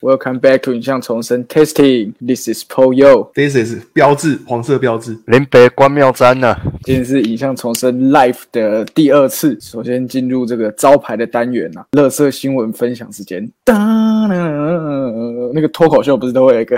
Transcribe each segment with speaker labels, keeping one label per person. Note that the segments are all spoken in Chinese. Speaker 1: Welcome back to 影像重生 Testing. This is Paul Yo.
Speaker 2: This is 标志，黄色标志。
Speaker 3: 林北关庙山呢、
Speaker 1: 今天是影像重生 Live 的第二次，首先进入这个招牌的单元啊，乐色新闻分享时间。当那个脱口秀不是都会有一个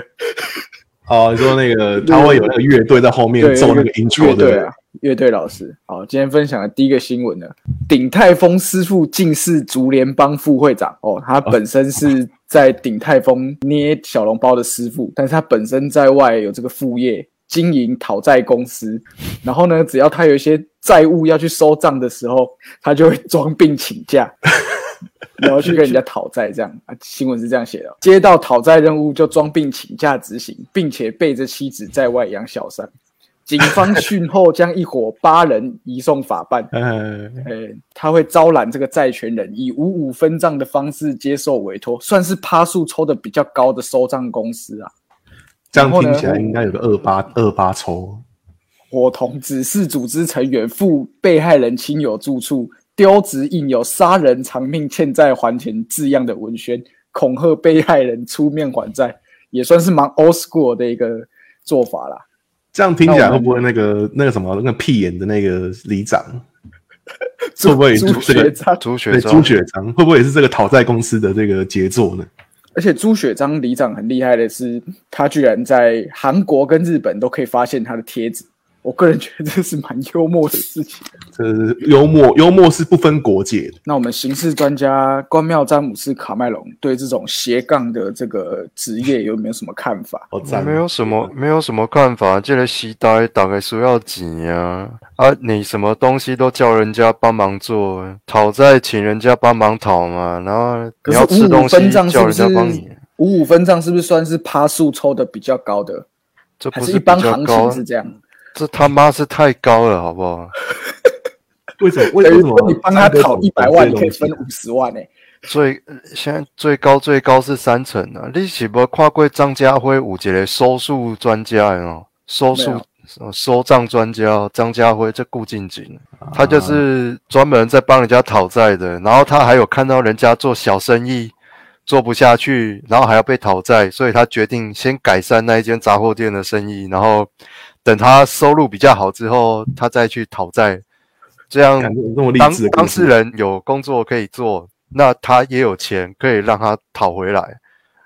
Speaker 2: 哦，你说 那个他会有那个乐队在后面
Speaker 1: 对
Speaker 2: 奏那个
Speaker 1: 乐
Speaker 2: intro
Speaker 1: 队
Speaker 2: 的
Speaker 1: 啊，乐队老师。好，今天分享的第一个新闻呢，鼎泰丰师傅竟是竹联帮副会长哦，他本身是在鼎泰丰捏小笼包的师傅，但是他本身在外有这个副业。经营讨债公司，然后呢，只要他有一些债务要去收账的时候，他就会装病请 假，然后去跟人家讨债，这样啊，新闻是这样写的：接到讨债任务就装病请假执行，并且背着妻子在外养小三。警方讯后将一伙八人移送法办。
Speaker 2: 呃，
Speaker 1: 呃，他会招揽这个债权人，以五五分账的方式接受委托，算是趴数抽的比较高的收账公司啊。
Speaker 2: 这样
Speaker 1: 然后呢
Speaker 2: 听起来应该有个二八二八抽。这样听
Speaker 1: 那
Speaker 2: 起来
Speaker 1: 我
Speaker 2: 会
Speaker 1: 们
Speaker 2: 不会那个那个什么那个屁眼的那个里长，会不 会
Speaker 1: 朱
Speaker 2: 朱这
Speaker 1: 学
Speaker 2: 个
Speaker 1: 章？
Speaker 3: 朱学
Speaker 2: 对
Speaker 3: 忠
Speaker 2: 朱雪章会不会也是这个讨债公司的这个杰作呢？
Speaker 1: 而且朱雪章里长很厉害的是，他居然在韩国跟日本都可以发现他的贴纸。我个人觉得这是蛮幽默的事情。
Speaker 2: 这是幽默幽默是不分国界的。
Speaker 1: 那我们刑事专家关妙詹姆斯卡麦隆对这种斜杠的这个职业有没有什么看法？
Speaker 2: 好赞哦！
Speaker 3: 没有什么，没有什么看法。这个时代大概需要钱呀、啊，啊，你什么东西都叫人家帮忙做，讨债请人家帮忙讨嘛，然后
Speaker 1: 可
Speaker 3: 你
Speaker 1: 是
Speaker 3: 要吃
Speaker 1: 五五
Speaker 3: 东西
Speaker 1: 分账是
Speaker 3: 叫
Speaker 1: 不
Speaker 3: 人
Speaker 1: 是
Speaker 3: 家帮你，
Speaker 1: 五五分账是不是算是趴数抽的比较高的？
Speaker 3: 这
Speaker 1: 还
Speaker 3: 不
Speaker 1: 一
Speaker 3: 比
Speaker 1: 般
Speaker 3: 较
Speaker 1: 行
Speaker 3: 高啊
Speaker 1: 情？是这样？
Speaker 3: 这他妈是太高了，好不好？
Speaker 2: 为什么？为
Speaker 1: 等
Speaker 2: 为
Speaker 1: 于
Speaker 2: 什么
Speaker 1: 说你帮他讨一百万，
Speaker 2: 这
Speaker 1: 你
Speaker 2: 个
Speaker 1: 可以
Speaker 2: 东西
Speaker 3: 啊
Speaker 1: 分五十万诶、欸
Speaker 3: 最现在最高最高是三成啊！你是无看过张家辉有一个收数专家的哦，收
Speaker 1: 没
Speaker 3: 数
Speaker 1: 有
Speaker 3: 呃收账专家哦张家辉，这顾静静，他就是专门在帮人家讨债的。然后他还有看到人家做小生意做不下去，然后还要被讨债，所以他决定先改善那一间杂货店的生意，然后等他收入比较好之后，他再去讨债。这样
Speaker 2: 感觉有这么励
Speaker 3: 当
Speaker 2: 志的故
Speaker 3: 当
Speaker 2: 事
Speaker 3: 事人有工作可以做，那他也有钱可以让他讨回来，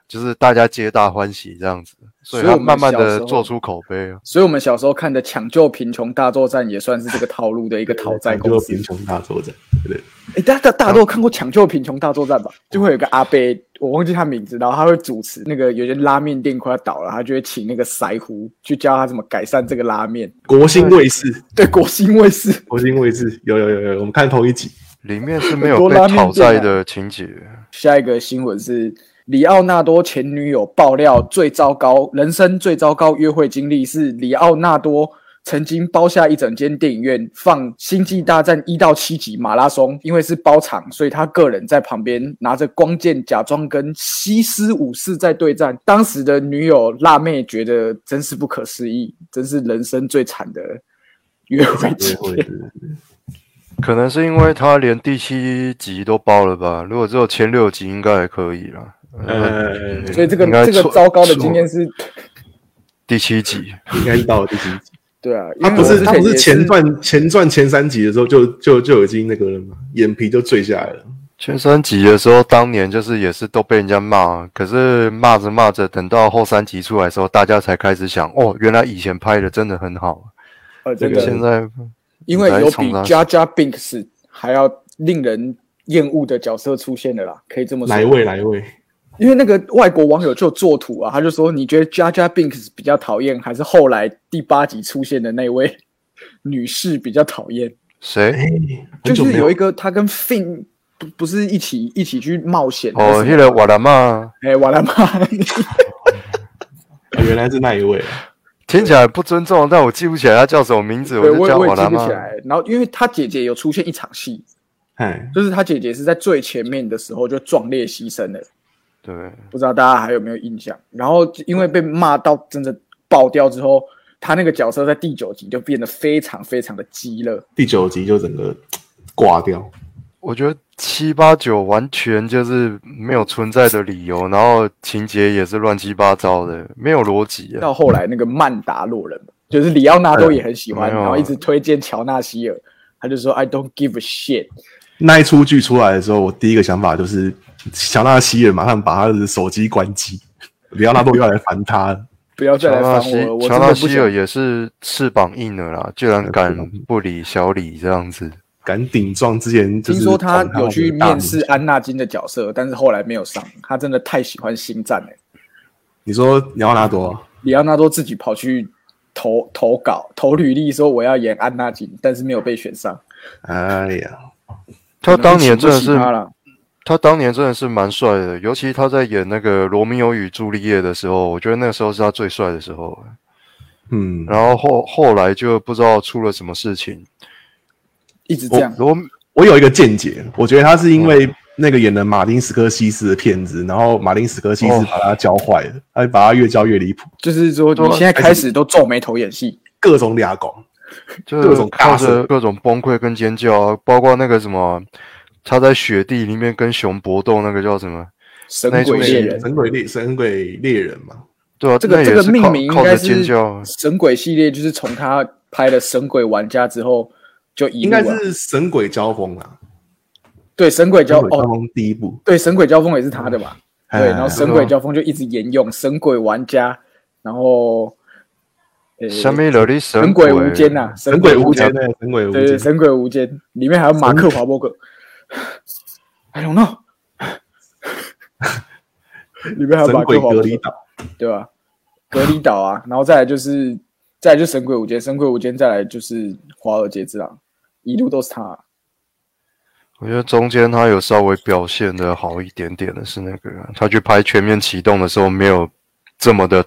Speaker 3: 就是大家皆大欢喜这样子，所以
Speaker 1: 所以
Speaker 3: 他
Speaker 1: 我们
Speaker 3: 慢慢
Speaker 1: 小时
Speaker 3: 的
Speaker 1: 候
Speaker 3: 做出口碑啊。
Speaker 1: 所以我们小时候看的《抢救贫穷大作战》也算是这个套路的一个讨债公
Speaker 2: 就
Speaker 1: 司
Speaker 2: 贫。穷大作战，对不对？
Speaker 1: 哎，大家大家都有看过《抢救贫穷大作战》吧？就会有一个阿伯，我忘记他名字，然后他会主持那个有些拉面店快要倒了，他就会请那个腮胡去教他怎么改善这个拉面。
Speaker 2: 国兴卫视，
Speaker 1: 对，国新卫视
Speaker 2: 国兴卫视有有有有，我们看同一集。
Speaker 3: 里面 是没
Speaker 1: 很
Speaker 3: 有
Speaker 1: 多
Speaker 3: 被
Speaker 1: 拉面
Speaker 3: 讨
Speaker 1: 店
Speaker 3: 债
Speaker 1: 啊
Speaker 3: 的情节，
Speaker 1: 下一个新闻是里奥纳多前女友爆料最糟糕人生最糟糕约会经历是里奥纳多。曾经包下一整间电影院放《星际大战》一到七集马拉松，因为是包场，所以他个人在旁边拿着光剑，假装跟西斯武士在对战。当时的女友辣妹觉得真是不可思议，真是人生最惨的约会
Speaker 2: 对
Speaker 1: 经
Speaker 2: 对
Speaker 1: 验。
Speaker 2: 对对
Speaker 3: 可能是因为他连第七集都包了吧？如果只有前六集应该还可以啦。呃，
Speaker 2: 呃，
Speaker 1: 所以这个
Speaker 3: 应该
Speaker 1: 这个
Speaker 3: 错
Speaker 1: 糟糕的
Speaker 3: 错
Speaker 1: 经验是，
Speaker 3: 第七集，
Speaker 2: 应该是到了第几集？
Speaker 1: 对啊，因为
Speaker 2: 他不
Speaker 1: 我
Speaker 2: 是
Speaker 1: 之
Speaker 2: 他
Speaker 1: 前
Speaker 2: 不是
Speaker 1: 也
Speaker 2: 前传前传前三集的时候就就就已经那个了嘛，眼皮就坠下来了。
Speaker 3: 前三集的时候，当年就是也是都被人家骂，可是骂着骂着，等到后三集出来的时候，大家才开始想，哦，原来以前拍的真的很好，
Speaker 1: 呃，真
Speaker 2: 对
Speaker 1: 的
Speaker 2: 这个
Speaker 3: 现在
Speaker 1: 因为有
Speaker 3: 来
Speaker 1: 比
Speaker 3: 冲他
Speaker 1: Jaja Binks 还要令人厌恶的角色出现了啦，可以这么
Speaker 2: 哪一
Speaker 1: 说。
Speaker 2: 位？哪一位？
Speaker 1: 因为那个外国网友就作图啊，他就说你觉得 Jaja Binks 比较讨厌，还是后来第八集出现的那位 女士比较讨厌？
Speaker 3: 谁？
Speaker 2: 哎，
Speaker 1: 就
Speaker 2: 很久
Speaker 1: 是
Speaker 2: 没
Speaker 1: 有
Speaker 2: 有
Speaker 1: 一个他跟 Finn 不不是一起一起去冒险还
Speaker 3: 哦，
Speaker 1: 是什
Speaker 3: 那
Speaker 1: 么
Speaker 3: 个瓦拉嘛，
Speaker 1: 哎，瓦拉玛，
Speaker 2: 原来是那一位啊。
Speaker 3: 听起来不尊重，但我记不起来他叫什么名字，
Speaker 1: 对
Speaker 3: 我就
Speaker 1: 我也
Speaker 3: 叫
Speaker 1: 我也
Speaker 3: 瓦
Speaker 1: 记
Speaker 3: 拉
Speaker 1: 不
Speaker 3: 嘛
Speaker 1: 起。来。然后因为他姐姐有出现一场戏，
Speaker 2: 哎，
Speaker 1: 就是他姐姐是在最前面的时候就壮烈牺牲了。
Speaker 3: 对，
Speaker 1: 不知道大家还有没有印象？然后因为被骂到真的爆掉之后，他那个角色在第九集就变得非常非常的激烈。
Speaker 2: 第九集就整个挂掉。
Speaker 3: 我觉得七八九完全就是没有存在的理由，然后情节也是乱七八糟的，没有逻辑啊。
Speaker 1: 到后来那个曼达洛人，就是里奥纳多也很喜欢，
Speaker 3: 没有啊
Speaker 1: 然后一直推荐乔纳希尔，他就说 I don't give a shit。
Speaker 2: 那一出剧出来的时候，我第一个想法就是，乔纳希尔马上把他的手机关机，里奥纳多又要来烦他了。
Speaker 1: 不要再
Speaker 3: 乔
Speaker 1: 来
Speaker 3: 纳
Speaker 1: 烦我
Speaker 3: 西
Speaker 1: 了，我
Speaker 3: 乔
Speaker 1: 真
Speaker 3: 纳
Speaker 1: 的不
Speaker 3: 希尔
Speaker 1: 想。
Speaker 3: 也是翅膀硬了啦，居然敢不理小李这样子。
Speaker 2: 敢顶撞之前，就
Speaker 1: 听
Speaker 2: 是
Speaker 1: 说他
Speaker 2: 捅他
Speaker 1: 有去
Speaker 2: 的大
Speaker 1: 面
Speaker 2: 拇
Speaker 1: 试
Speaker 2: 指。
Speaker 1: 安纳金的角色，但是后来没有上。他真的太喜欢星战了、
Speaker 2: 你说里奥纳多啊，
Speaker 1: 里奥纳多自己跑去投投稿、投履历，说我要演安纳金，但是没有被选上。
Speaker 2: 哎呀，
Speaker 3: 他当年
Speaker 1: 可
Speaker 3: 真
Speaker 1: 能
Speaker 3: 的
Speaker 1: 喜不
Speaker 3: 是
Speaker 1: 喜，他了，
Speaker 3: 他当年真的是蛮帅的，尤其他在演那个《罗密欧与朱丽叶》的时候，我觉得那个时候是他最帅的时候。
Speaker 2: 嗯，
Speaker 3: 然后后后来就不知道出了什么事情。
Speaker 1: 一直这样。
Speaker 3: 罗
Speaker 2: 我有一个见解，我觉得他是因为那个演的马丁斯科西斯的骗子，然后马丁斯科西斯
Speaker 1: 哦
Speaker 2: 把他教坏了，他把他越教越离谱，
Speaker 1: 就是说，你
Speaker 3: 对啊
Speaker 1: 现在开始都皱眉头演戏，
Speaker 2: 各种俩拱。
Speaker 3: 就
Speaker 2: 各
Speaker 3: 是
Speaker 2: 种
Speaker 3: 靠
Speaker 2: 大声
Speaker 3: 着各种崩溃跟尖叫啊，包括那个什么，他在雪地里面跟熊搏斗，那个叫什么？
Speaker 1: 神
Speaker 3: 那一出
Speaker 1: 鬼
Speaker 3: 戏
Speaker 1: 猎人。
Speaker 2: 神鬼猎神鬼猎人嘛，
Speaker 3: 对啊，
Speaker 1: 这个
Speaker 3: 那
Speaker 1: 这
Speaker 3: 也
Speaker 1: 个
Speaker 3: 是
Speaker 1: 命
Speaker 3: 靠
Speaker 1: 名应
Speaker 3: 靠
Speaker 1: 该
Speaker 3: 着尖
Speaker 1: 是
Speaker 3: 叫啊。
Speaker 1: 神鬼系列，就是从他拍了《神鬼玩家》之后就一
Speaker 2: 应
Speaker 1: 路
Speaker 2: 该
Speaker 1: 啊
Speaker 2: 是神鬼交锋啦，
Speaker 1: 对《神鬼交
Speaker 2: 神》鬼
Speaker 1: 哦，
Speaker 2: 交锋第一部。
Speaker 1: 对《神鬼交锋》也是他的嘛，
Speaker 2: 哎
Speaker 1: 对，然后《神
Speaker 3: 对
Speaker 1: 鬼
Speaker 3: 啊
Speaker 1: 交锋》就一直沿用《神鬼玩家》，然后呃，
Speaker 3: 下面有的神
Speaker 1: 神鬼无间》啊呐，《
Speaker 2: 神
Speaker 1: 神
Speaker 2: 鬼无
Speaker 1: 无
Speaker 2: 间啊
Speaker 1: 间》
Speaker 2: 呢？神鬼无
Speaker 1: 对对，《
Speaker 2: 间，
Speaker 1: 神鬼无间》里面还有马克华伯格，I don't know，里面还有
Speaker 2: 神
Speaker 1: 马
Speaker 2: 鬼
Speaker 1: 克华伯
Speaker 2: 隔
Speaker 1: 格
Speaker 2: 离岛。
Speaker 1: 对吧、隔离岛啊，然后再来就是，再来就神鬼无间，神鬼无间再来就是华尔街之狼，一路都是他、
Speaker 3: 我觉得中间他有稍微表现的好一点点的是那个，他去拍《全面启动》的时候没有这么的，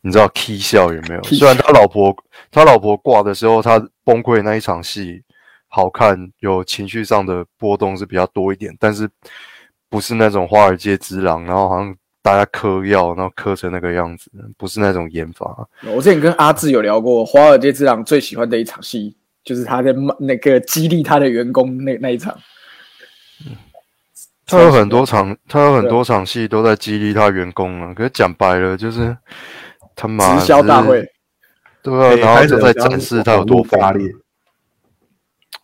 Speaker 3: 你知道 k 笑有没有？
Speaker 1: 起
Speaker 3: 虽然他老婆他老婆挂的时候，他崩溃那一场戏好看，有情绪上的波动是比较多一点，但是不是那种华尔街之狼，然后好像大家嗑药，然后嗑成那个样子，不是那种演法。
Speaker 1: 我之前跟阿志有聊过，华尔街之狼最喜欢的一场戏就是他在骂那个激励他的员工那那一场，
Speaker 3: 他有很多场，他有很多场戏都在激励他员工啊。可是讲白了，就是他妈
Speaker 1: 直销大，
Speaker 3: 只
Speaker 1: 会
Speaker 3: 是对啊，
Speaker 2: 哎
Speaker 3: 然后就
Speaker 2: 拍
Speaker 3: 在
Speaker 2: 成
Speaker 3: 展示他有多啊
Speaker 2: 网络炸
Speaker 3: 发力。
Speaker 2: 裂。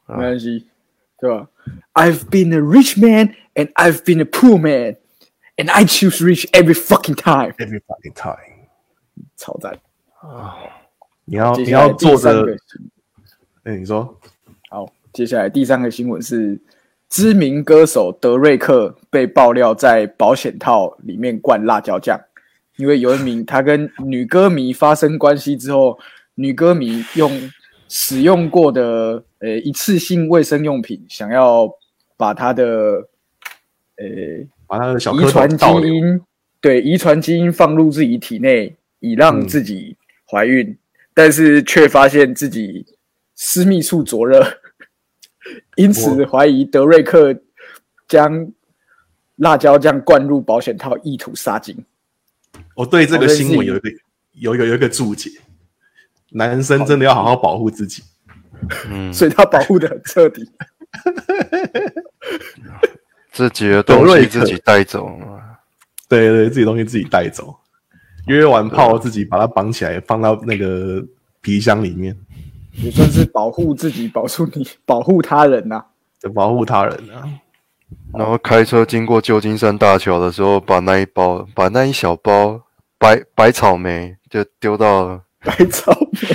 Speaker 2: 啊
Speaker 1: 没关系，对吧？I've been a rich man and I've been a poor man and I choose rich every fucking time，
Speaker 2: Every fucking time，
Speaker 1: 超赞！
Speaker 2: 你要
Speaker 1: 接
Speaker 2: 你
Speaker 1: 下来
Speaker 2: 要
Speaker 1: 第
Speaker 2: 坐
Speaker 1: 三
Speaker 2: 着
Speaker 1: 个。
Speaker 2: 哎，你说
Speaker 1: 好，接下来第三个新闻是知名歌手德瑞克被爆料在保险套里面灌辣椒酱，因为有一名他跟女歌迷发生关系之后，女歌迷用使用过的呃一次性卫生用品，想要把他的呃
Speaker 2: 把他的小
Speaker 1: 遗
Speaker 2: 蝌
Speaker 1: 传
Speaker 2: 蚪
Speaker 1: 基
Speaker 2: 倒流，
Speaker 1: 因，对遗传基因放入自己体内，以
Speaker 2: 嗯
Speaker 1: 让自己怀孕，但是却发现自己私密处灼热，因此怀疑德瑞克将辣椒酱灌入保险套，意图杀精。
Speaker 2: 我对这
Speaker 1: 哦
Speaker 2: 个
Speaker 1: 认识
Speaker 2: 新闻
Speaker 1: 你
Speaker 2: 有一个有有有一个注解，男生真的要好好保护自己。
Speaker 3: 嗯，
Speaker 1: 所以他保护的很彻底。
Speaker 3: 自己的东
Speaker 2: 德瑞
Speaker 3: 西
Speaker 2: 克
Speaker 3: 自己带走嘛。
Speaker 2: 对对，自己东西自己带走，约完炮自己把它绑起来，放到那个皮箱里面，
Speaker 1: 也算是保护自己，保护你，保护他人呐、
Speaker 2: 保护他人啊。
Speaker 3: 然后开车经过旧金山大桥的时候，把那一包，把那一小包白白草莓就丢到
Speaker 1: 白草莓，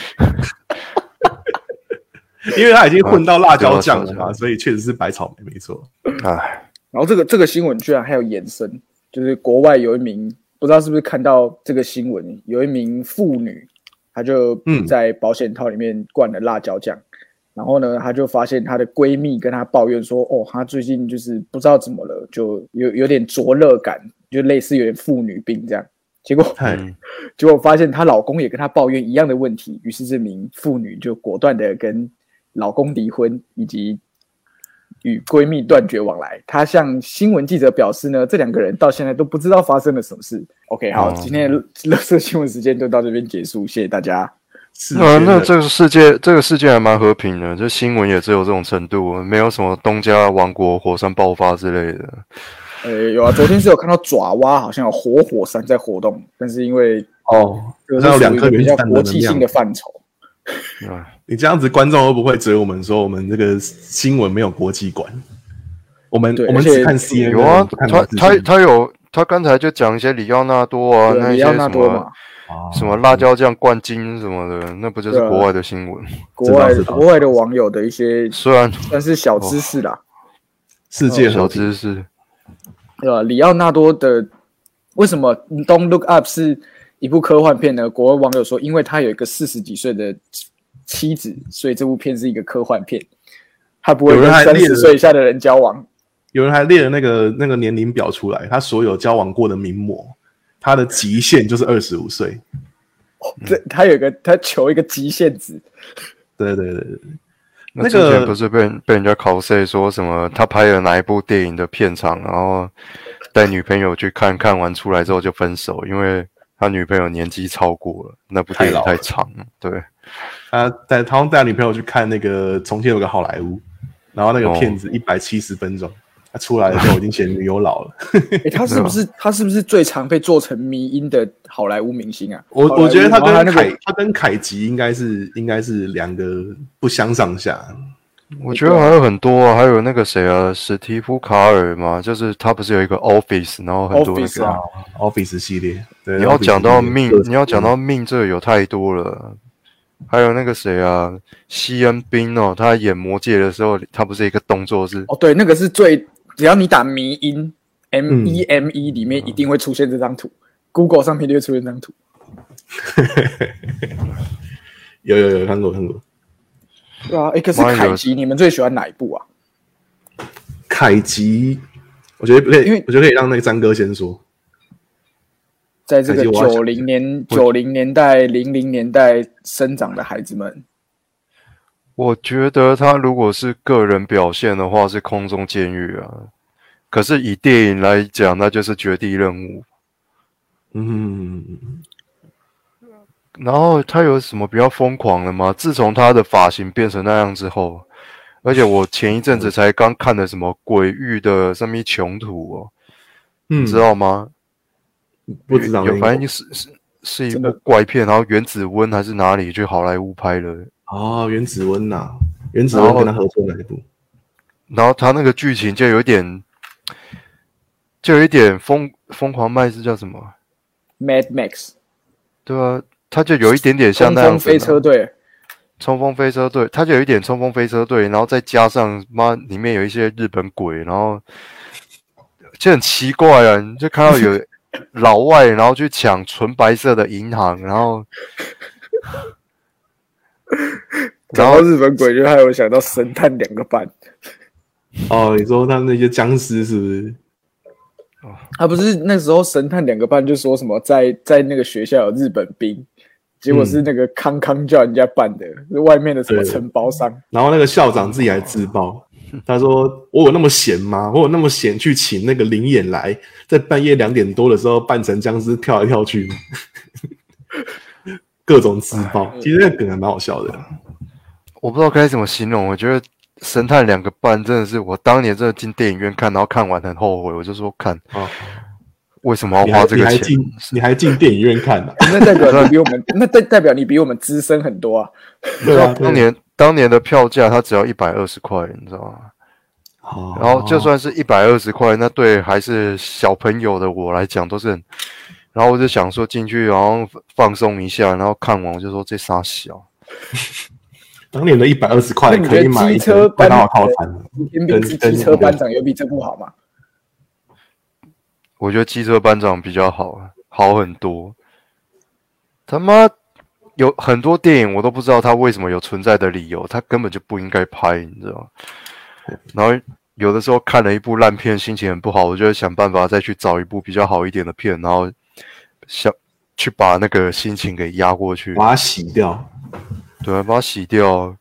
Speaker 2: 因为他已经
Speaker 1: 啊
Speaker 2: 混到辣椒酱了
Speaker 3: 对啊
Speaker 2: 嘛，所以确实是百草莓，没错。
Speaker 3: 哎，
Speaker 1: 然后这个这个新闻居然还有延伸，就是国外有一名不知道是不是看到这个新闻，有一名妇女，她就
Speaker 2: 嗯
Speaker 1: 在保险套里面灌了辣椒酱，然后呢，她就发现她的闺蜜跟她抱怨说，哦，她最近就是不知道怎么了，就有有点灼热感，就类似有点妇女病这样。结果
Speaker 2: 嗨，
Speaker 3: 嗯
Speaker 1: 结果发现她老公也跟她抱怨一样的问题，于是这名妇女就果断的跟老公离婚，以及与闺蜜断绝往来。她向新闻记者表示呢，这两个人到现在都不知道发生了什么事。OK，好，
Speaker 3: 哦
Speaker 1: 今天的乐色新闻时间就到这边结束，谢谢大家。
Speaker 2: 世间
Speaker 3: 啊，那
Speaker 2: 的
Speaker 3: 这个世界，这个世界还蛮和平的，就新闻也只有这种程度，没有什么东家王国火山爆发之类的。
Speaker 1: 呃、有啊，昨天是有看到爪哇好像有活火山在活动，但是因为
Speaker 2: 哦，
Speaker 1: 这
Speaker 2: 那有
Speaker 1: 是
Speaker 2: 两
Speaker 1: 属于一
Speaker 2: 颗
Speaker 1: 个比
Speaker 2: 原
Speaker 1: 较
Speaker 2: 子弹的
Speaker 1: 国
Speaker 2: 能
Speaker 1: 际性
Speaker 2: 量
Speaker 1: 的。范畴。
Speaker 3: 嗯，
Speaker 2: 你这样子，观众会不会追我们说我们这个新闻没有国际观？我们
Speaker 1: 对
Speaker 2: 我们
Speaker 1: 而
Speaker 2: 只
Speaker 1: 且
Speaker 2: 看 CNN，
Speaker 3: 有啊
Speaker 2: 不看，
Speaker 3: 他
Speaker 2: 马自
Speaker 3: 他
Speaker 2: 信
Speaker 3: 他有，他刚才就讲一些里奥纳多啊，
Speaker 1: 对，
Speaker 3: 那一
Speaker 1: 里
Speaker 3: 些
Speaker 1: 奥纳
Speaker 3: 什
Speaker 1: 多嘛
Speaker 3: 么，
Speaker 2: 哦
Speaker 3: 什么辣椒酱灌精什么的，那不就是
Speaker 1: 对啊
Speaker 3: 国外的新闻？
Speaker 1: 国外
Speaker 2: 知道知道
Speaker 1: 国外的网友的一些
Speaker 3: 虽然
Speaker 1: 算是小知识啦，
Speaker 2: 世界
Speaker 3: 小
Speaker 2: 和平
Speaker 3: 知识，
Speaker 1: 对吧？里奥纳多的为什么《Don't Look Up》是一部科幻片呢？国外网友说，因为他有一个四十几岁的妻子，所以这部片是一个科幻片，他不会
Speaker 2: 有
Speaker 1: 跟
Speaker 2: 人还
Speaker 1: 三
Speaker 2: 列
Speaker 1: 十
Speaker 2: 了
Speaker 1: 岁以下的人交往。
Speaker 2: 有人还列了那个那个年龄表出来，他所有交往过的名模，他的极限就是二十五岁。嗯
Speaker 1: 这他有一个他求一个极限 值，
Speaker 2: 对对对对，
Speaker 3: 那
Speaker 2: 那
Speaker 3: 之前
Speaker 2: 个
Speaker 3: 不是被人被人家 cos 说什么他拍了哪一部电影的片场，然后带女朋友去看看完出来之后就分手，因为他女朋友年纪超过了，那部电影
Speaker 2: 太老
Speaker 3: 太
Speaker 2: 了
Speaker 3: 长了。对，
Speaker 2: 他带他好像带女朋友去看那个《从前有个好莱坞》，然后那个
Speaker 3: 哦
Speaker 2: 片子一百七十分钟，他出来的时候已经嫌女友老 了。
Speaker 1: 诶，他是不
Speaker 2: 啊
Speaker 1: 是他是不是最常被做成迷因的好莱坞明星啊？
Speaker 2: 我
Speaker 1: 好莱坞
Speaker 2: 我觉得他
Speaker 1: 然后
Speaker 2: 跟
Speaker 1: 那
Speaker 2: 凯
Speaker 1: 个
Speaker 2: 他跟凯吉应该是应该是两个不相上下。
Speaker 3: 我觉得还有很多啊，还有那个谁啊，史蒂夫卡尔嘛，就是他不是有一个 Office，然后很多那
Speaker 1: Office
Speaker 3: 个。
Speaker 1: 啊
Speaker 2: Office 系列，对，
Speaker 3: 你要
Speaker 2: Office
Speaker 3: 讲到
Speaker 2: 系列
Speaker 3: 命
Speaker 2: 各，
Speaker 3: 你要讲到命，这个有太多了。还有那个谁啊，西恩宾哦，他演《魔戒》的时候，他不是一个动作是
Speaker 1: 哦，对，那个是最只要你打迷因 M E M
Speaker 2: 嗯
Speaker 1: E 里面一定会出现这张图、g o o g l e 上面就会出现这张图。
Speaker 2: 有有有看过看过。
Speaker 1: 对啊，诶，可是
Speaker 3: 妈呀
Speaker 1: 凯吉，你们最喜欢哪一部啊？
Speaker 2: 凯吉，我觉得不对，
Speaker 1: 因为
Speaker 2: 我觉得可以让那个张哥先说。
Speaker 1: 在这个
Speaker 2: 凯基我要想
Speaker 1: 九零年、九零年代、零零年代生长的孩子们，
Speaker 3: 我觉得他如果是个人表现的话，是空中监狱啊。可是以电影来讲，那就是绝地任务。
Speaker 2: 嗯，
Speaker 3: 然后他有什么比较疯狂的吗？自从他的发型变成那样之后，而且我前一阵子才刚看的什么鬼域的上面穷途哦，
Speaker 2: 嗯
Speaker 3: 你知道吗？
Speaker 2: 不知道那
Speaker 3: 有
Speaker 2: 个？
Speaker 3: 反正就是是是一
Speaker 1: 真
Speaker 3: 部
Speaker 1: 的
Speaker 3: 怪片，然后原子温还是哪里去好莱坞拍的，
Speaker 2: 哦，原子温呐，原子温跟他合作哪一部？
Speaker 3: 然后他那个剧情就有一点，就有一点疯疯狂麦是叫什么？
Speaker 1: 《Mad Max》
Speaker 3: 对啊，他就有一点点像
Speaker 1: 冲
Speaker 3: 那样
Speaker 1: 锋
Speaker 3: 子嘛
Speaker 1: 飞车队，
Speaker 3: 冲锋飞车队，它就有一点冲锋飞车队，然后再加上妈里面有一些日本鬼，然后就很奇怪啊，你就看到 有老外然后去抢纯白色的银行，然后
Speaker 1: 然后日本鬼就还有想到神探两个半，
Speaker 2: 哦，你说他那些僵尸是不是？
Speaker 1: 他啊不是那时候神探两个半就说什么在在那个学校有日本兵，结果是那个康康叫人家办的，是外面的什么
Speaker 2: 对
Speaker 1: 承包商。
Speaker 2: 然后那个校长自己还自 爆，他说：“我有那么闲吗？我有那么闲去请那个灵眼来，在半夜两点多的时候扮成僵尸跳来跳去吗？”各种自爆，
Speaker 3: 哎
Speaker 2: 其实那个梗还蛮好笑的。
Speaker 3: 我不知道该怎么形容，我觉得《神探两个半》真的是我当年真的进电影院看，然后看完很后悔，我就说看
Speaker 2: 哦，
Speaker 3: 为什么要
Speaker 2: 你
Speaker 3: 花
Speaker 2: 还
Speaker 3: 这
Speaker 2: 你
Speaker 3: 个
Speaker 2: 还
Speaker 3: 钱？
Speaker 2: 进你还进电影院看啊 呢、
Speaker 1: 那代表你比我们，那代代表你比我们资深很多啊！
Speaker 2: 对啊，
Speaker 3: 当年当年的票价它只要一百二十块，你知道吗？
Speaker 2: 然
Speaker 3: 然后就算是一百二十块，那对还是小朋友的我来讲都是很。然后我就想说进去，然后放松一下，然后看完我就说这傻小，
Speaker 2: 当年的一百二十块
Speaker 1: 那你觉
Speaker 2: 可
Speaker 1: 得
Speaker 2: 以买一
Speaker 1: 机车呃
Speaker 2: 个麦当劳
Speaker 1: 班
Speaker 2: 套餐了。
Speaker 1: 天兵之机车班长有比这部好吗？
Speaker 3: 我觉得汽车班长比较好，好很多。他妈有很多电影我都不知道他为什么有存在的理由，他根本就不应该拍，你知道吗？然后有的时候看了一部烂片，心情很不好，我就会想办法再去找一部比较好一点的片，然后想去把那个心情给压过去。
Speaker 2: 把它洗掉，
Speaker 3: 对啊，把它洗掉。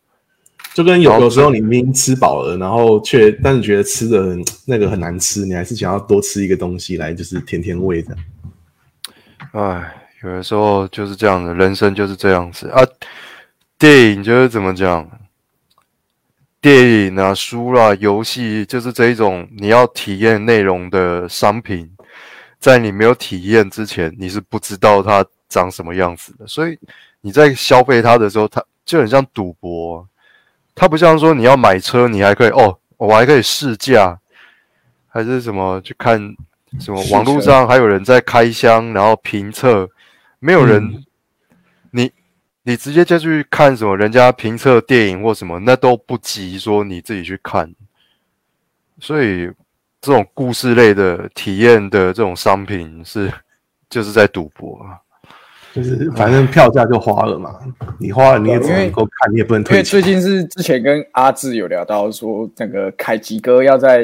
Speaker 2: 就跟有
Speaker 3: 然后
Speaker 2: 有时候你明明吃饱了，然后却但是觉得吃的很那个很难吃，你还是想要多吃一个东西来就是填填胃的。
Speaker 3: 唉，有的时候就是这样的，人生就是这样子啊。电影就是怎么讲，电影啊、书啦、游戏，就是这一种你要体验内容的商品，在你没有体验之前，你是不知道它长什么样子的。所以你在消费它的时候，它就很像赌博、它不像说你要买车，你还可以哦，我还可以试驾，还是什么去看什么
Speaker 1: 试
Speaker 3: 网络
Speaker 1: 车
Speaker 3: 上还有人在开箱，然后评测，没有人，
Speaker 1: 嗯
Speaker 3: 你你直接就去看什么人家评测电影或什么，那都不及说你自己去看。所以这种故事类的体验的这种商品是就是在赌博啊。
Speaker 2: 就是反正票价就花了嘛，你花了你也只能够看，你也不能
Speaker 1: 因为
Speaker 2: 退
Speaker 1: 最近
Speaker 2: 钱。
Speaker 1: 是之前跟阿志有聊到说，那个凯吉哥要在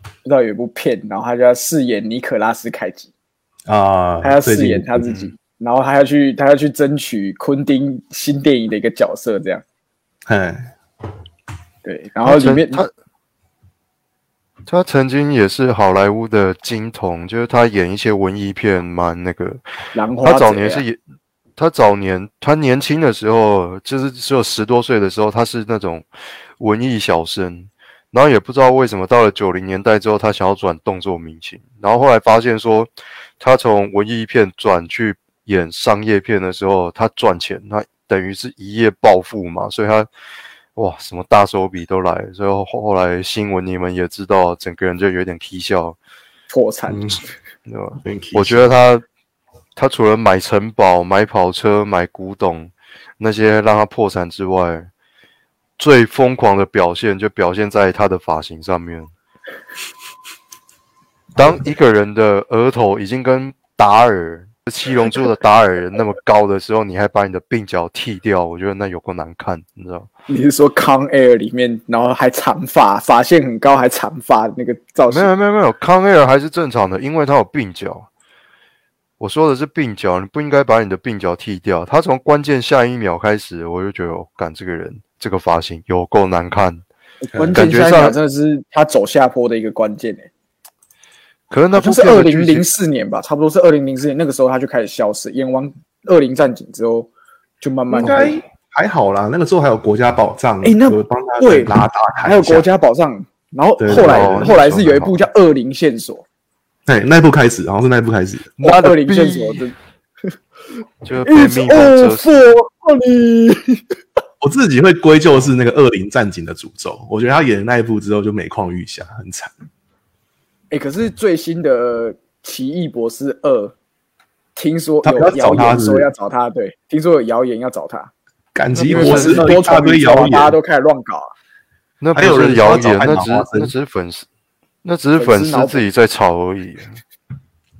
Speaker 1: 不知道有一部片，然后他就要饰演尼可拉斯凯吉，
Speaker 2: 啊，
Speaker 1: 他要
Speaker 2: 最
Speaker 1: 饰
Speaker 2: 近
Speaker 1: 演他自己，然后他要去他要去争取昆汀新电影的一个角色，这样
Speaker 2: 哎，
Speaker 1: 对。然后里面
Speaker 3: 他他曾经也是好莱坞的金童，就是他演一些文艺片蛮那个。
Speaker 1: 兰花
Speaker 3: 他早
Speaker 1: 贼
Speaker 3: 年
Speaker 1: 啊
Speaker 3: 是演，他早年他年轻的时候，就是只有十多岁的时候，他是那种文艺小生。然后也不知道为什么，到了九零年代之后，他想要转动作明星。然后后来发现说，他从文艺片转去演商业片的时候，他赚钱，他等于是一夜暴富嘛，所以他哇，什么大手笔都来了。所以后后来新闻你们也知道，整个人就有点踢笑，
Speaker 1: 破产，
Speaker 2: 嗯，
Speaker 3: 对吧？我
Speaker 2: 我
Speaker 3: 觉得他他除了买城堡、买跑车、买古董那些让他破产之外，最疯狂的表现就表现在他的发型上面。当一个人的额头已经跟达尔《七龙珠》的达尔那么高的时候，你还把你的鬓角剃掉，我觉得那有够难看，你知道吗？
Speaker 1: 你是说《Con Air》里面，然后还长发，发线很高，还长发那个造
Speaker 3: 没
Speaker 1: 型？
Speaker 3: 有没有没有，康威尔还是正常的，因为他有鬓角。我说的是鬓角，你不应该把你的鬓角剃掉。他从关键下一秒开始，我就觉得，哦干、这个人这个发型有够难看。
Speaker 1: 关
Speaker 3: 感
Speaker 1: 键下
Speaker 3: 觉
Speaker 1: 一秒
Speaker 3: 上
Speaker 1: 真的是他走下坡的一个关键诶、欸
Speaker 3: 可是那
Speaker 1: 那
Speaker 3: 部
Speaker 1: 就是
Speaker 3: 片
Speaker 1: 二
Speaker 3: 的
Speaker 1: 零
Speaker 3: 剧情
Speaker 1: 零，四年吧，差不多是二零零四年那个时候他就开始消失，演完二零战警之后就慢慢
Speaker 2: 应该还好啦，那个时候还有国家保障，
Speaker 1: 哎那
Speaker 2: 有帮他
Speaker 1: 对
Speaker 2: 拉大开一下，
Speaker 1: 还有国家宝藏，然后
Speaker 2: 对
Speaker 1: 后来
Speaker 3: 哦
Speaker 1: 后来是有一部叫《恶灵线索
Speaker 2: 对哎那一部开始，好像是那一部开始，》，
Speaker 1: 哇
Speaker 3: 妈
Speaker 1: 恶
Speaker 3: 的
Speaker 1: 灵
Speaker 3: 逼，
Speaker 1: 线索真
Speaker 3: 就是被
Speaker 1: ，It's
Speaker 3: 蜜蜂蛰死。
Speaker 1: over for me
Speaker 2: 我自己会归咎是那个《恶灵战警》的诅咒，我觉得他演的那一部之后就每况愈下，很惨。
Speaker 1: 哎、可是最新的《奇异博士二》，听说
Speaker 2: 他不
Speaker 1: 有
Speaker 2: 要
Speaker 1: 谣
Speaker 2: 找他
Speaker 1: 言
Speaker 2: 是不
Speaker 1: 说
Speaker 2: 是
Speaker 1: 要找他，对，听说有谣言要找他。
Speaker 2: 感激
Speaker 1: 因
Speaker 2: 博
Speaker 1: 为
Speaker 2: 士
Speaker 1: 多
Speaker 2: 二一大
Speaker 1: 重
Speaker 2: 堆
Speaker 1: 宇宙啊
Speaker 2: 谣言，
Speaker 1: 大家都开始乱搞啊。
Speaker 3: 那不
Speaker 2: 还有
Speaker 3: 是
Speaker 2: 人
Speaker 3: 谣
Speaker 2: 说
Speaker 3: 言，
Speaker 2: 找
Speaker 3: 那
Speaker 2: 汉
Speaker 3: 只
Speaker 2: 堡
Speaker 3: 是
Speaker 2: 花生
Speaker 3: 那只是粉丝，那只是
Speaker 1: 粉
Speaker 3: 粉
Speaker 1: 丝脑
Speaker 3: 丝
Speaker 1: 补
Speaker 3: 自己在吵而已。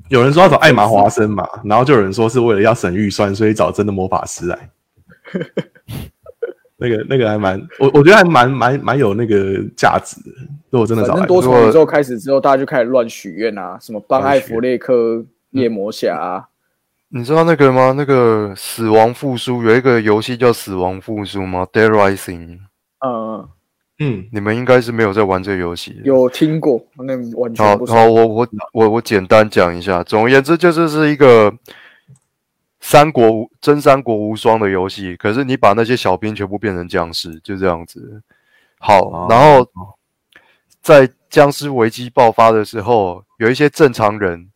Speaker 2: 有人说要找艾玛华生嘛，然后就有人说是为了要省预算，所以找真的魔法师来。那个那个还蛮，我我觉得还蛮蛮蛮有那个价值的。如果真的
Speaker 1: 反
Speaker 2: 找
Speaker 1: 正
Speaker 2: 来，
Speaker 1: 多
Speaker 3: 如果
Speaker 1: 重宇宙开始之后，大家就开始乱许愿啊，什么帮
Speaker 2: 乱
Speaker 1: 艾
Speaker 2: 许愿嗯
Speaker 1: 弗列克、夜魔侠啊，
Speaker 3: 你知道那个吗？那个死亡复苏有一个游戏叫《死亡复苏》吗？Dead Rising，
Speaker 1: 嗯，
Speaker 2: 嗯，
Speaker 3: 你们应该是没有在玩这个游戏的。
Speaker 1: 有听过，那完全
Speaker 3: 好
Speaker 1: 不熟。
Speaker 3: 好，我我我我简单讲一下。总而言之，就是是一个三国无真三国无双的游戏。可是你把那些小兵全部变成僵尸，就这样子。好
Speaker 2: 哦，
Speaker 3: 然后在僵尸危机爆发的时候，有一些正常人，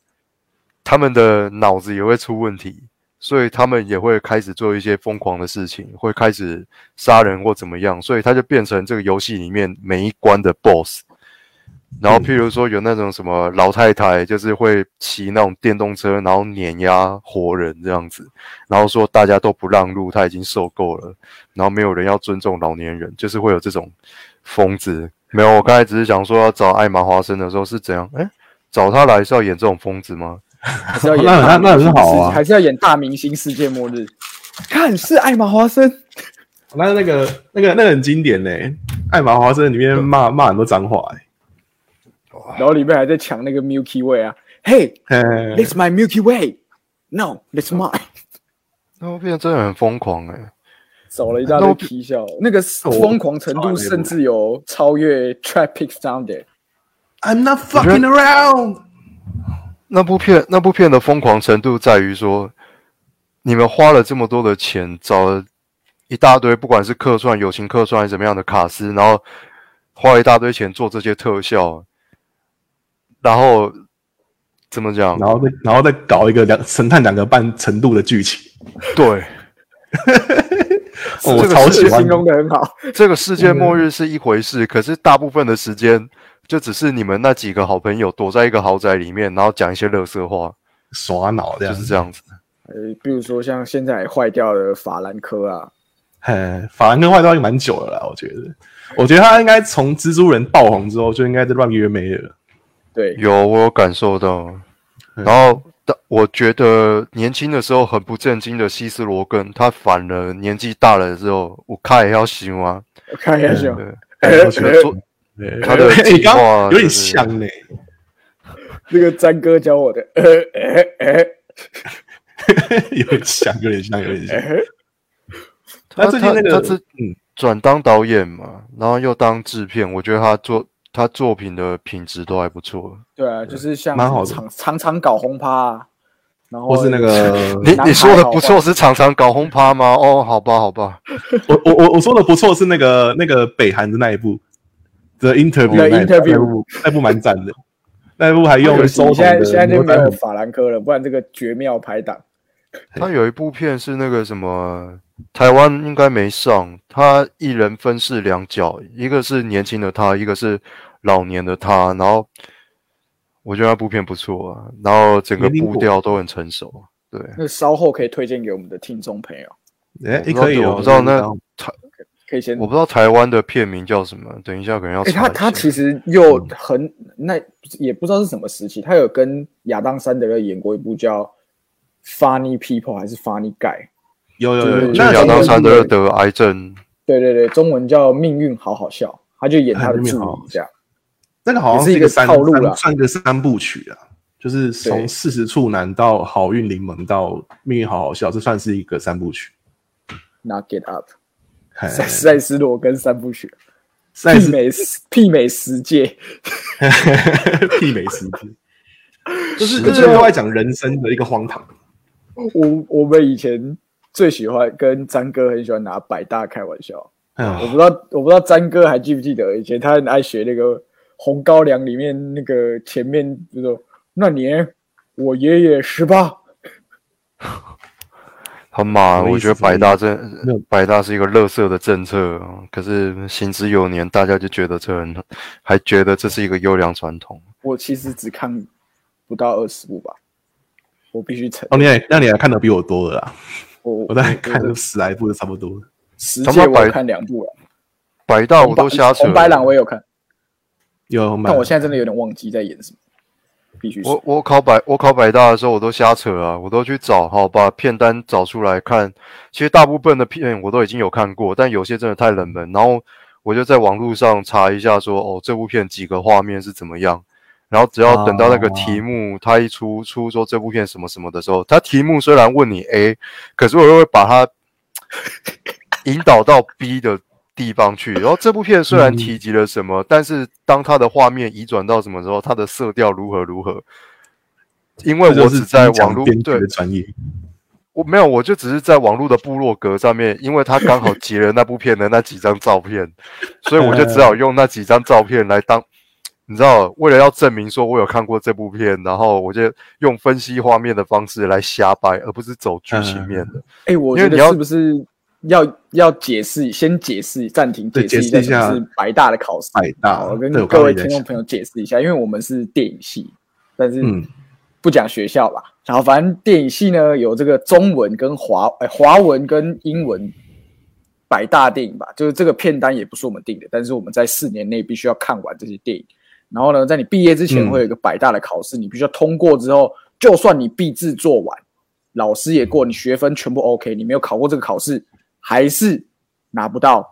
Speaker 3: 他们的脑子也会出问题，所以他们也会开始做一些疯狂的事情，会开始杀人或怎么样，所以他就变成这个游戏里面每一关的 BOSS。然后，譬如说有那种什么老太太，就是会骑那种电动车，然后碾压活人这样子，然后说大家都不让路，她已经受够了，然后没有人要尊重老年人，就是会有这种疯子。没有，我刚才只是想说要找艾玛华生的时候是怎样？哎，找他来是要演这种疯子吗？
Speaker 1: 还是要演
Speaker 2: 那
Speaker 1: 大
Speaker 2: 那那很
Speaker 1: 明星
Speaker 2: 好啊
Speaker 1: 世界还是要演大明星世界末日？看是艾玛华森，
Speaker 2: 那那个那个那个很经典呢、艾玛华生里面骂骂很多脏话、欸
Speaker 1: 然后里面还在抢那个 Milky Way 啊，Hey，that's
Speaker 2: 欸，嘿
Speaker 1: my Milky Way，No，that's mine。
Speaker 3: 那部片真的很疯狂哎、
Speaker 1: 找了一大
Speaker 3: 那
Speaker 1: 堆
Speaker 3: 我
Speaker 1: 皮笑，那个疯狂程度甚至有超越 Traffic Sound。
Speaker 2: ，I'm not
Speaker 3: 觉得
Speaker 2: fucking around。
Speaker 3: 那部片那部片的疯狂程度在于说，你们花了这么多的钱，找了一大堆，不管是客串、友情客串还是怎么样的卡司，然后花了一大堆钱做这些特效，然后怎么讲？
Speaker 2: 然后再然后再搞一个两神探两个半程度的剧情，
Speaker 3: 对，
Speaker 2: 哦我
Speaker 3: 这个
Speaker 2: 超
Speaker 3: 是
Speaker 2: 喜欢
Speaker 1: 形容的很好，
Speaker 3: 这个世界末日是一回事，可是大部分的时间就只是你们那几个好朋友躲在一个豪宅里面，然后讲一些乐色话，
Speaker 2: 耍脑这
Speaker 3: 就
Speaker 2: 样
Speaker 3: 是
Speaker 2: 子。
Speaker 3: 这样子。
Speaker 1: 呃，比如说像现在坏掉的法兰科啊，
Speaker 2: 嘿，法兰克坏掉也蛮久了啦，我觉得，我觉得他应该从蜘蛛人爆红之后就应该在乱约没了。
Speaker 1: 对，
Speaker 3: 有，我有感受到。然后，但我觉得年轻的时候很不正经的希斯罗根，他反而年纪大了之后，我看也要行啊。
Speaker 1: 我看一下先，
Speaker 3: 对，
Speaker 2: 哎我觉
Speaker 3: 觉
Speaker 2: 得
Speaker 3: 得做
Speaker 2: 做 对
Speaker 3: 他的
Speaker 2: 哎你刚
Speaker 3: 计划
Speaker 2: 刚有点
Speaker 3: 就是
Speaker 2: 像呢、
Speaker 1: 这个詹哥教我的， 呃呃呃，
Speaker 2: 有点像，有点像，有点像。
Speaker 3: 哎他
Speaker 2: 那最近那
Speaker 3: 他
Speaker 2: 个
Speaker 3: 他之
Speaker 2: 嗯
Speaker 3: 转当导演嘛，然后又当制片，我觉得他作他作品的品质都还不错。
Speaker 1: 对啊，就是像
Speaker 2: 蛮好的
Speaker 1: 常常常搞轰趴啊，然后
Speaker 2: 或是 那个
Speaker 3: 你
Speaker 1: 男孩
Speaker 3: 你说的
Speaker 1: 好坏
Speaker 3: 不错是常常搞轰趴吗？哦，好吧，好吧，
Speaker 2: 我我我我说的不错，是那个那个北韩的那一部的 interview，
Speaker 1: The
Speaker 2: 那一部
Speaker 1: Interview
Speaker 2: 那一部那一部蛮赞的，那一部还用
Speaker 1: 可惜
Speaker 2: 周
Speaker 1: 现在
Speaker 2: 董的
Speaker 1: 现在就
Speaker 2: 牛
Speaker 1: 没
Speaker 2: 仔
Speaker 1: 有
Speaker 2: 很
Speaker 1: 法兰科了，不然这个绝妙拍档，
Speaker 3: 他有一部片是那个什么，台湾应该没上，他一人分饰两角，一个是年轻的他，一个是老年的他，然后我觉得那部片不错啊，然后整个
Speaker 2: 没听过
Speaker 3: 步调都很成熟，对，
Speaker 1: 那稍后可以推荐给我们的听众朋友，
Speaker 2: 哎、
Speaker 3: 我不知道
Speaker 2: 可以哦，
Speaker 3: 我不知道那
Speaker 2: 我
Speaker 1: 可以先
Speaker 3: 我不知道台湾的片名叫什么，等一下可能要
Speaker 1: 欸、他
Speaker 3: 查一
Speaker 1: 他
Speaker 3: 下
Speaker 1: 其实又很那也不知道是什么时期，他有跟亚当·山德勒演过一部叫《Funny People》还是《Funny Guy》？
Speaker 2: 有有
Speaker 1: 就是
Speaker 2: 有，那
Speaker 3: 就
Speaker 1: 是
Speaker 2: 时
Speaker 3: 亚
Speaker 2: 候
Speaker 1: 两
Speaker 3: 当
Speaker 1: 道
Speaker 3: 山德勒得癌症，
Speaker 1: 对对对，中文叫《命运好好笑》，他就演他的
Speaker 2: 哎命
Speaker 1: 助
Speaker 2: 运好
Speaker 1: 理
Speaker 2: 好
Speaker 1: 这样。
Speaker 2: 那个好像
Speaker 1: 也是一
Speaker 2: 一个
Speaker 1: 个
Speaker 2: 三
Speaker 1: 套路
Speaker 2: 三
Speaker 1: 啦
Speaker 2: 算一个三部曲啊，就是
Speaker 1: 对
Speaker 2: 从四十处男到好运临门到命运好好笑，这算是一个三部曲。
Speaker 1: Knock It Up，
Speaker 2: 嘿
Speaker 1: 塞塞斯罗跟三部曲，
Speaker 2: 赛
Speaker 1: 媲
Speaker 2: 斯
Speaker 1: 美世媲美十界。
Speaker 2: 媲美时 间，就是
Speaker 1: 啊
Speaker 2: 就是另外讲人生的一个荒唐。
Speaker 1: 我我们以前最喜欢跟詹哥很喜欢拿百大开玩笑，
Speaker 2: 哎
Speaker 1: 我
Speaker 2: 呀，
Speaker 1: 不知道，我不知道詹哥还记不记得以前他很爱学那个《红高粱》里面那个前面就说那年我爷爷十八，
Speaker 3: 他妈，
Speaker 2: 什么意
Speaker 3: 我觉得
Speaker 2: 思什么
Speaker 3: 百
Speaker 2: 意
Speaker 3: 大政
Speaker 2: 没有
Speaker 3: 百大是一个垃圾的政策，可是行之有年，大家就觉得这很，还觉得这是一个优良传统。
Speaker 1: 我其实只看不到二十部吧，我必须承
Speaker 2: 哦，你也那你还看的比我多了啦，
Speaker 1: 我
Speaker 2: 我大概看了
Speaker 1: 我
Speaker 2: 十来部就差不多了。
Speaker 1: 十
Speaker 3: 他
Speaker 1: 届
Speaker 3: 妈
Speaker 1: 我
Speaker 3: 百
Speaker 1: 有看两部了，
Speaker 3: 百大我都瞎扯。
Speaker 1: 红白狼我也有看，
Speaker 2: 有买
Speaker 1: 但我现在真的有点忘记在演什么，必须
Speaker 3: 我
Speaker 1: 说
Speaker 3: 我考百我考百大的时候，我都瞎扯啊，我都去找好把片单找出来看。其实大部分的片我都已经有看过，但有些真的太冷门，然后我就在网络上查一下说，哦这部片几个画面是怎么样。然后只要等到那个题目，它一出出说这部片什么什么的时候，它题目虽然问你 A，可是我又会把它引导到 B 的地方去。然后这部片虽然提及了什么，但是当它的画面移转到什么时候，它的色调如何如何，因为
Speaker 2: 这就
Speaker 3: 我
Speaker 2: 是
Speaker 3: 只在
Speaker 2: 讲
Speaker 3: 网络
Speaker 2: 编剧
Speaker 3: 对
Speaker 2: 的专业，
Speaker 3: 我没有，我就只是在网络的部落格上面，因为他刚好截了那部片的那几张照片，所以我就只
Speaker 2: 嗯
Speaker 3: 好用那几张照片来当，你知道，为了要证明说我有看过这部片，然后我就用分析画面的方式来瞎掰，而不是走剧
Speaker 2: 嗯
Speaker 3: 情面 的。
Speaker 1: 哎、我
Speaker 3: 因为
Speaker 1: 觉
Speaker 3: 你
Speaker 1: 得
Speaker 3: 要
Speaker 1: 是不是要要解释，先解释暂停，
Speaker 2: 对
Speaker 1: 解释
Speaker 2: 解释一
Speaker 1: 什
Speaker 2: 下
Speaker 1: 么是百大的考试，哦
Speaker 2: 百大
Speaker 1: 我跟
Speaker 2: 对我
Speaker 1: 各
Speaker 2: 刚刚
Speaker 1: 位
Speaker 2: 也在
Speaker 1: 听众
Speaker 2: 想
Speaker 1: 朋友解释一下，因为我们是电影系，但是
Speaker 2: 嗯
Speaker 1: 不讲学校吧。然后反正电影系呢有这个中文跟华哎华文跟英文百大电影吧，就是这个片单也不是我们定的，但是我们在四年内必须要看完这些电影。然后呢，在你毕业之前
Speaker 2: 嗯
Speaker 1: 会有一个百大的考试，你必须要通过之后，就算你毕制做完，老师也过，你学分全部 OK，你没有考过这个考试，还是拿不到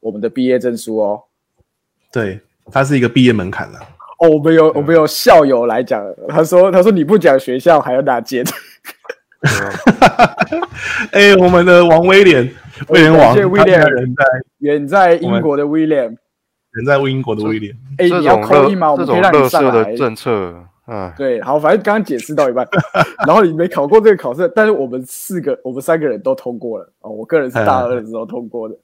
Speaker 1: 我们的毕业证书哦。
Speaker 2: 对，它是一个毕业门槛了。
Speaker 1: 哦，我们有我们有校友来讲，他说他说你不讲学校还要哪间？
Speaker 3: 啊
Speaker 2: 哎，我们的王威廉，威廉王，
Speaker 1: 感谢威廉
Speaker 2: 他现在人在
Speaker 1: 远在英国的 William，
Speaker 2: 人在英国的威廉，
Speaker 1: 哎，
Speaker 3: 这
Speaker 1: 你要
Speaker 3: 种
Speaker 1: 扣一吗？
Speaker 3: 乐
Speaker 1: 我
Speaker 3: 这
Speaker 1: 们可以
Speaker 3: 种
Speaker 1: 让
Speaker 3: 乐
Speaker 1: 你上
Speaker 3: 色
Speaker 1: 来
Speaker 3: 的。政策，哎，
Speaker 1: 对，好，反正刚刚解释到 一半，然后你没考过这个考试，但是我们四个，我们三个人都通过了哦。我个人是大二的时候通过的。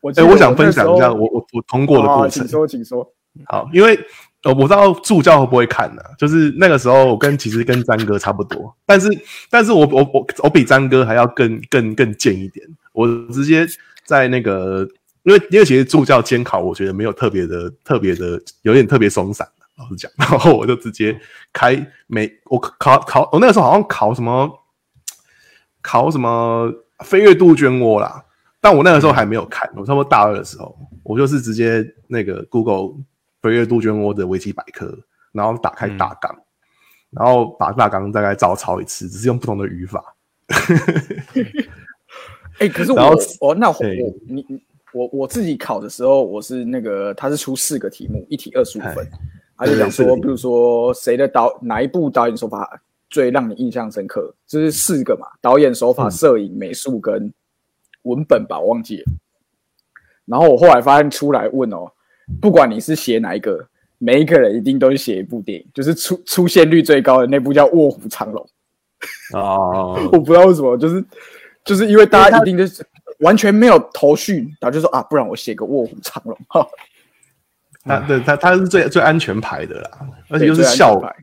Speaker 1: 我记
Speaker 2: 哎、
Speaker 1: 得
Speaker 2: 我
Speaker 1: 我
Speaker 2: 想分享一下
Speaker 1: 那时候
Speaker 2: 我我我通过的
Speaker 1: 好
Speaker 2: 过
Speaker 1: 好
Speaker 2: 程
Speaker 1: 请。说，请说。
Speaker 2: 好，因为呃，我不知道助教会不会看呢、就是那个时候我跟其实跟詹哥差不多，但是但是我我我我比詹哥还要更更更贱一点，我直接在那个，因为因为其实助教监考，我觉得没有特别的特别的，有点特别松散。啊老实讲， 然后我就直接开每我考考我那个时候好像考什么考什么飞跃杜鹃窝啦，但我那个时候还没有看，我差不多大二的时候，我就是直接那个 Google 飞跃杜鹃窝的维基百科，然后打开
Speaker 1: 嗯
Speaker 2: 大纲，然后把大纲大概照抄一次，只是用不同的语法。
Speaker 1: 哎、可是
Speaker 2: 然后
Speaker 1: 我我那我
Speaker 2: 对
Speaker 1: 我你你我我自己考的时候，我是那个他是出四个题目，一题二十五分
Speaker 2: 哎，
Speaker 1: 他就讲
Speaker 2: 对
Speaker 1: 说，
Speaker 2: 对是
Speaker 1: 比如说谁的导哪一部导演手法最让你印象深刻，就是四个嘛，导演手法、
Speaker 2: 嗯
Speaker 1: 摄影、美术跟文本吧，我忘记了。然后我后来发现出来问哦，不管你是写哪一个，每一个人一定都是写一部电影，就是出出现率最高的那部叫《卧虎藏龙》。
Speaker 2: 哦，
Speaker 1: 我不知道为什么，就是就是因为大
Speaker 2: 因为
Speaker 1: 家
Speaker 2: 他
Speaker 1: 一定就是完全没有头绪，然后就说啊，不然我写个卧虎藏龙 哈，
Speaker 2: 他对他他是最最安全牌的啦，而
Speaker 1: 对
Speaker 2: 且
Speaker 1: 啊
Speaker 2: 又是
Speaker 1: 最安全
Speaker 2: 校
Speaker 1: 牌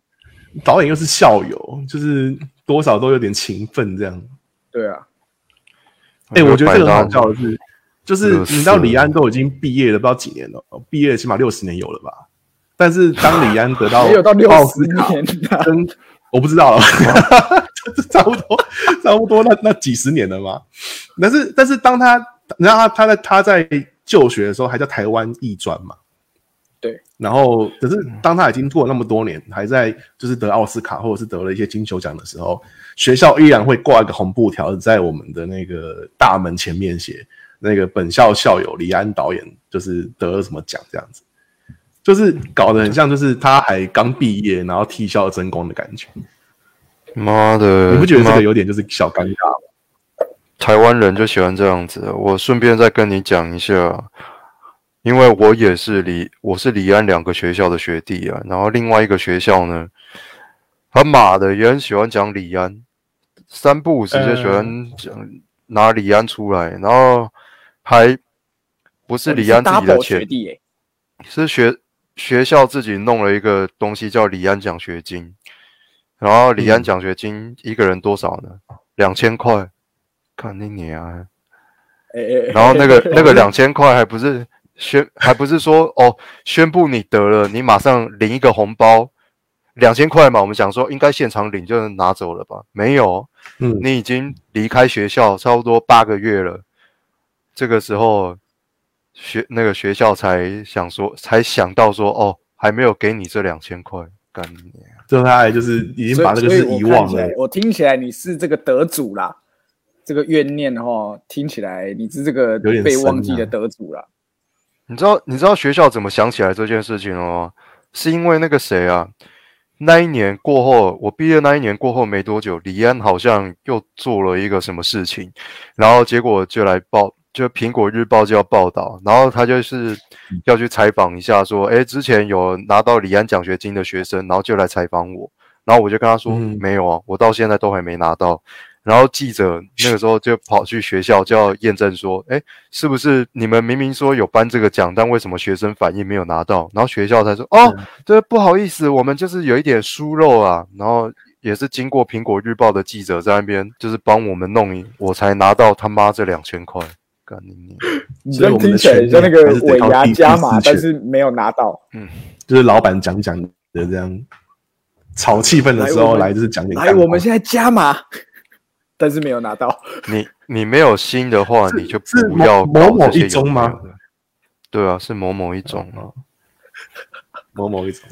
Speaker 2: 导演又是校友，就是多少都有点情分这样。
Speaker 1: 对啊，
Speaker 2: 哎、我觉得这个
Speaker 3: 摆
Speaker 2: 很
Speaker 3: 烂
Speaker 2: 好笑的是，就是
Speaker 3: 乐
Speaker 2: 你知道
Speaker 3: 色
Speaker 2: 李安都已经毕业了，不知道几年了，毕业起码六十年有了吧？但是当李安得到
Speaker 1: 没有到六
Speaker 2: 哦奥
Speaker 1: 十
Speaker 2: 斯卡
Speaker 1: 年 啊，
Speaker 2: 跟我不知道了， 就是差不多，差不多那那几十年了嘛。但是但是当他，然后他他在他在就学的时候还在台湾艺专嘛，
Speaker 1: 对。
Speaker 2: 然后可是当他已经过了那么多年，还在就是得奥斯卡或者是得了一些金球奖的时候，学校依然会挂一个红布条在我们的那个大门前面写那个本校校友李安导演就是得了什么奖这样子。就是搞得很像，就是他还刚毕业，然后替校真功的感觉。
Speaker 3: 妈的，
Speaker 2: 你不觉得这
Speaker 3: 妈
Speaker 2: 个有点就是小尴尬吗？
Speaker 3: 台湾人就喜欢这样子。我顺便再跟你讲一下，因为我也是离我是离安两个学校的学弟啊，然后另外一个学校呢，他妈的也很喜欢讲李安，三不五时就喜
Speaker 1: 呃
Speaker 3: 欢讲拿李安出来，然后还不是李安自己的
Speaker 1: double 学
Speaker 3: 钱，
Speaker 1: 弟耶，
Speaker 3: 是学学校自己弄了一个东西叫李安奖学金，然后李
Speaker 1: 嗯
Speaker 3: 安奖学金一个人多少呢？两千块，看你娘啊！
Speaker 1: 哎哎， 哎
Speaker 3: 然后那个那个两千块还不是宣，还不是说哦宣布你得了，你马上领一个红包，两千块嘛，我们想说应该现场领就能拿走了吧？没有，
Speaker 2: 嗯，
Speaker 3: 你已经离开学校差不多八个月了，这个时候学那个学校才想说，才想到说哦，还没有给你这两千块，干你娘！
Speaker 2: 就他还就是已经把这个事
Speaker 1: 所以
Speaker 2: 遗
Speaker 1: 所以我看
Speaker 2: 忘
Speaker 1: 起来
Speaker 2: 了。
Speaker 1: 我听起来你是这个得主啦，这个怨念哈，听起来你是这个
Speaker 2: 有点
Speaker 1: 被
Speaker 2: 深
Speaker 1: 忘记
Speaker 2: 啊
Speaker 1: 的得主啦。
Speaker 3: 你知道你知道学校怎么想起来这件事情了吗？是因为那个谁啊，那一年过后，我毕业那一年过后没多久，李安好像又做了一个什么事情，然后结果就来报，就苹果日报就要报道，然后他就是要去采访一下，说，哎，之前有拿到李安奖学金的学生，然后就来采访我，然后我就跟他说，
Speaker 2: 嗯
Speaker 3: 没有啊，我到现在都还没拿到。然后记者那个时候就跑去学校，就要验证说，哎，是不是你们明明说有颁这个奖，但为什么学生反应没有拿到？然后学校才说，哦，对，不好意思，我们就是有一点疏漏啊，然后也是经过苹果日报的记者在那边，就是帮我们弄一，我才拿到他妈这两千块，干你娘！
Speaker 1: 你
Speaker 2: 所以
Speaker 1: 这
Speaker 2: 我们
Speaker 1: 听
Speaker 2: 的
Speaker 1: 起来
Speaker 2: 权利
Speaker 1: 像那个
Speaker 2: 还是得
Speaker 1: 尾
Speaker 2: 靠
Speaker 1: 牙
Speaker 2: 第
Speaker 1: 加
Speaker 2: 第
Speaker 1: 码，
Speaker 2: 四
Speaker 1: 但
Speaker 2: 权
Speaker 1: 是没有拿到。
Speaker 2: 就是老板讲讲的这样，炒气氛的时
Speaker 1: 来
Speaker 2: 候
Speaker 1: 我们
Speaker 2: 来就是讲点干话。
Speaker 1: 哎来，我们现在加码， 但是没有拿到。
Speaker 3: 你你没有心的话，你就是不要
Speaker 2: 某
Speaker 3: 搞这
Speaker 2: 某一
Speaker 3: 些有
Speaker 2: 中
Speaker 3: 的
Speaker 2: 吗
Speaker 3: 没有的？
Speaker 2: 哦
Speaker 3: 对啊，是某某一中啊。
Speaker 2: 某某一种，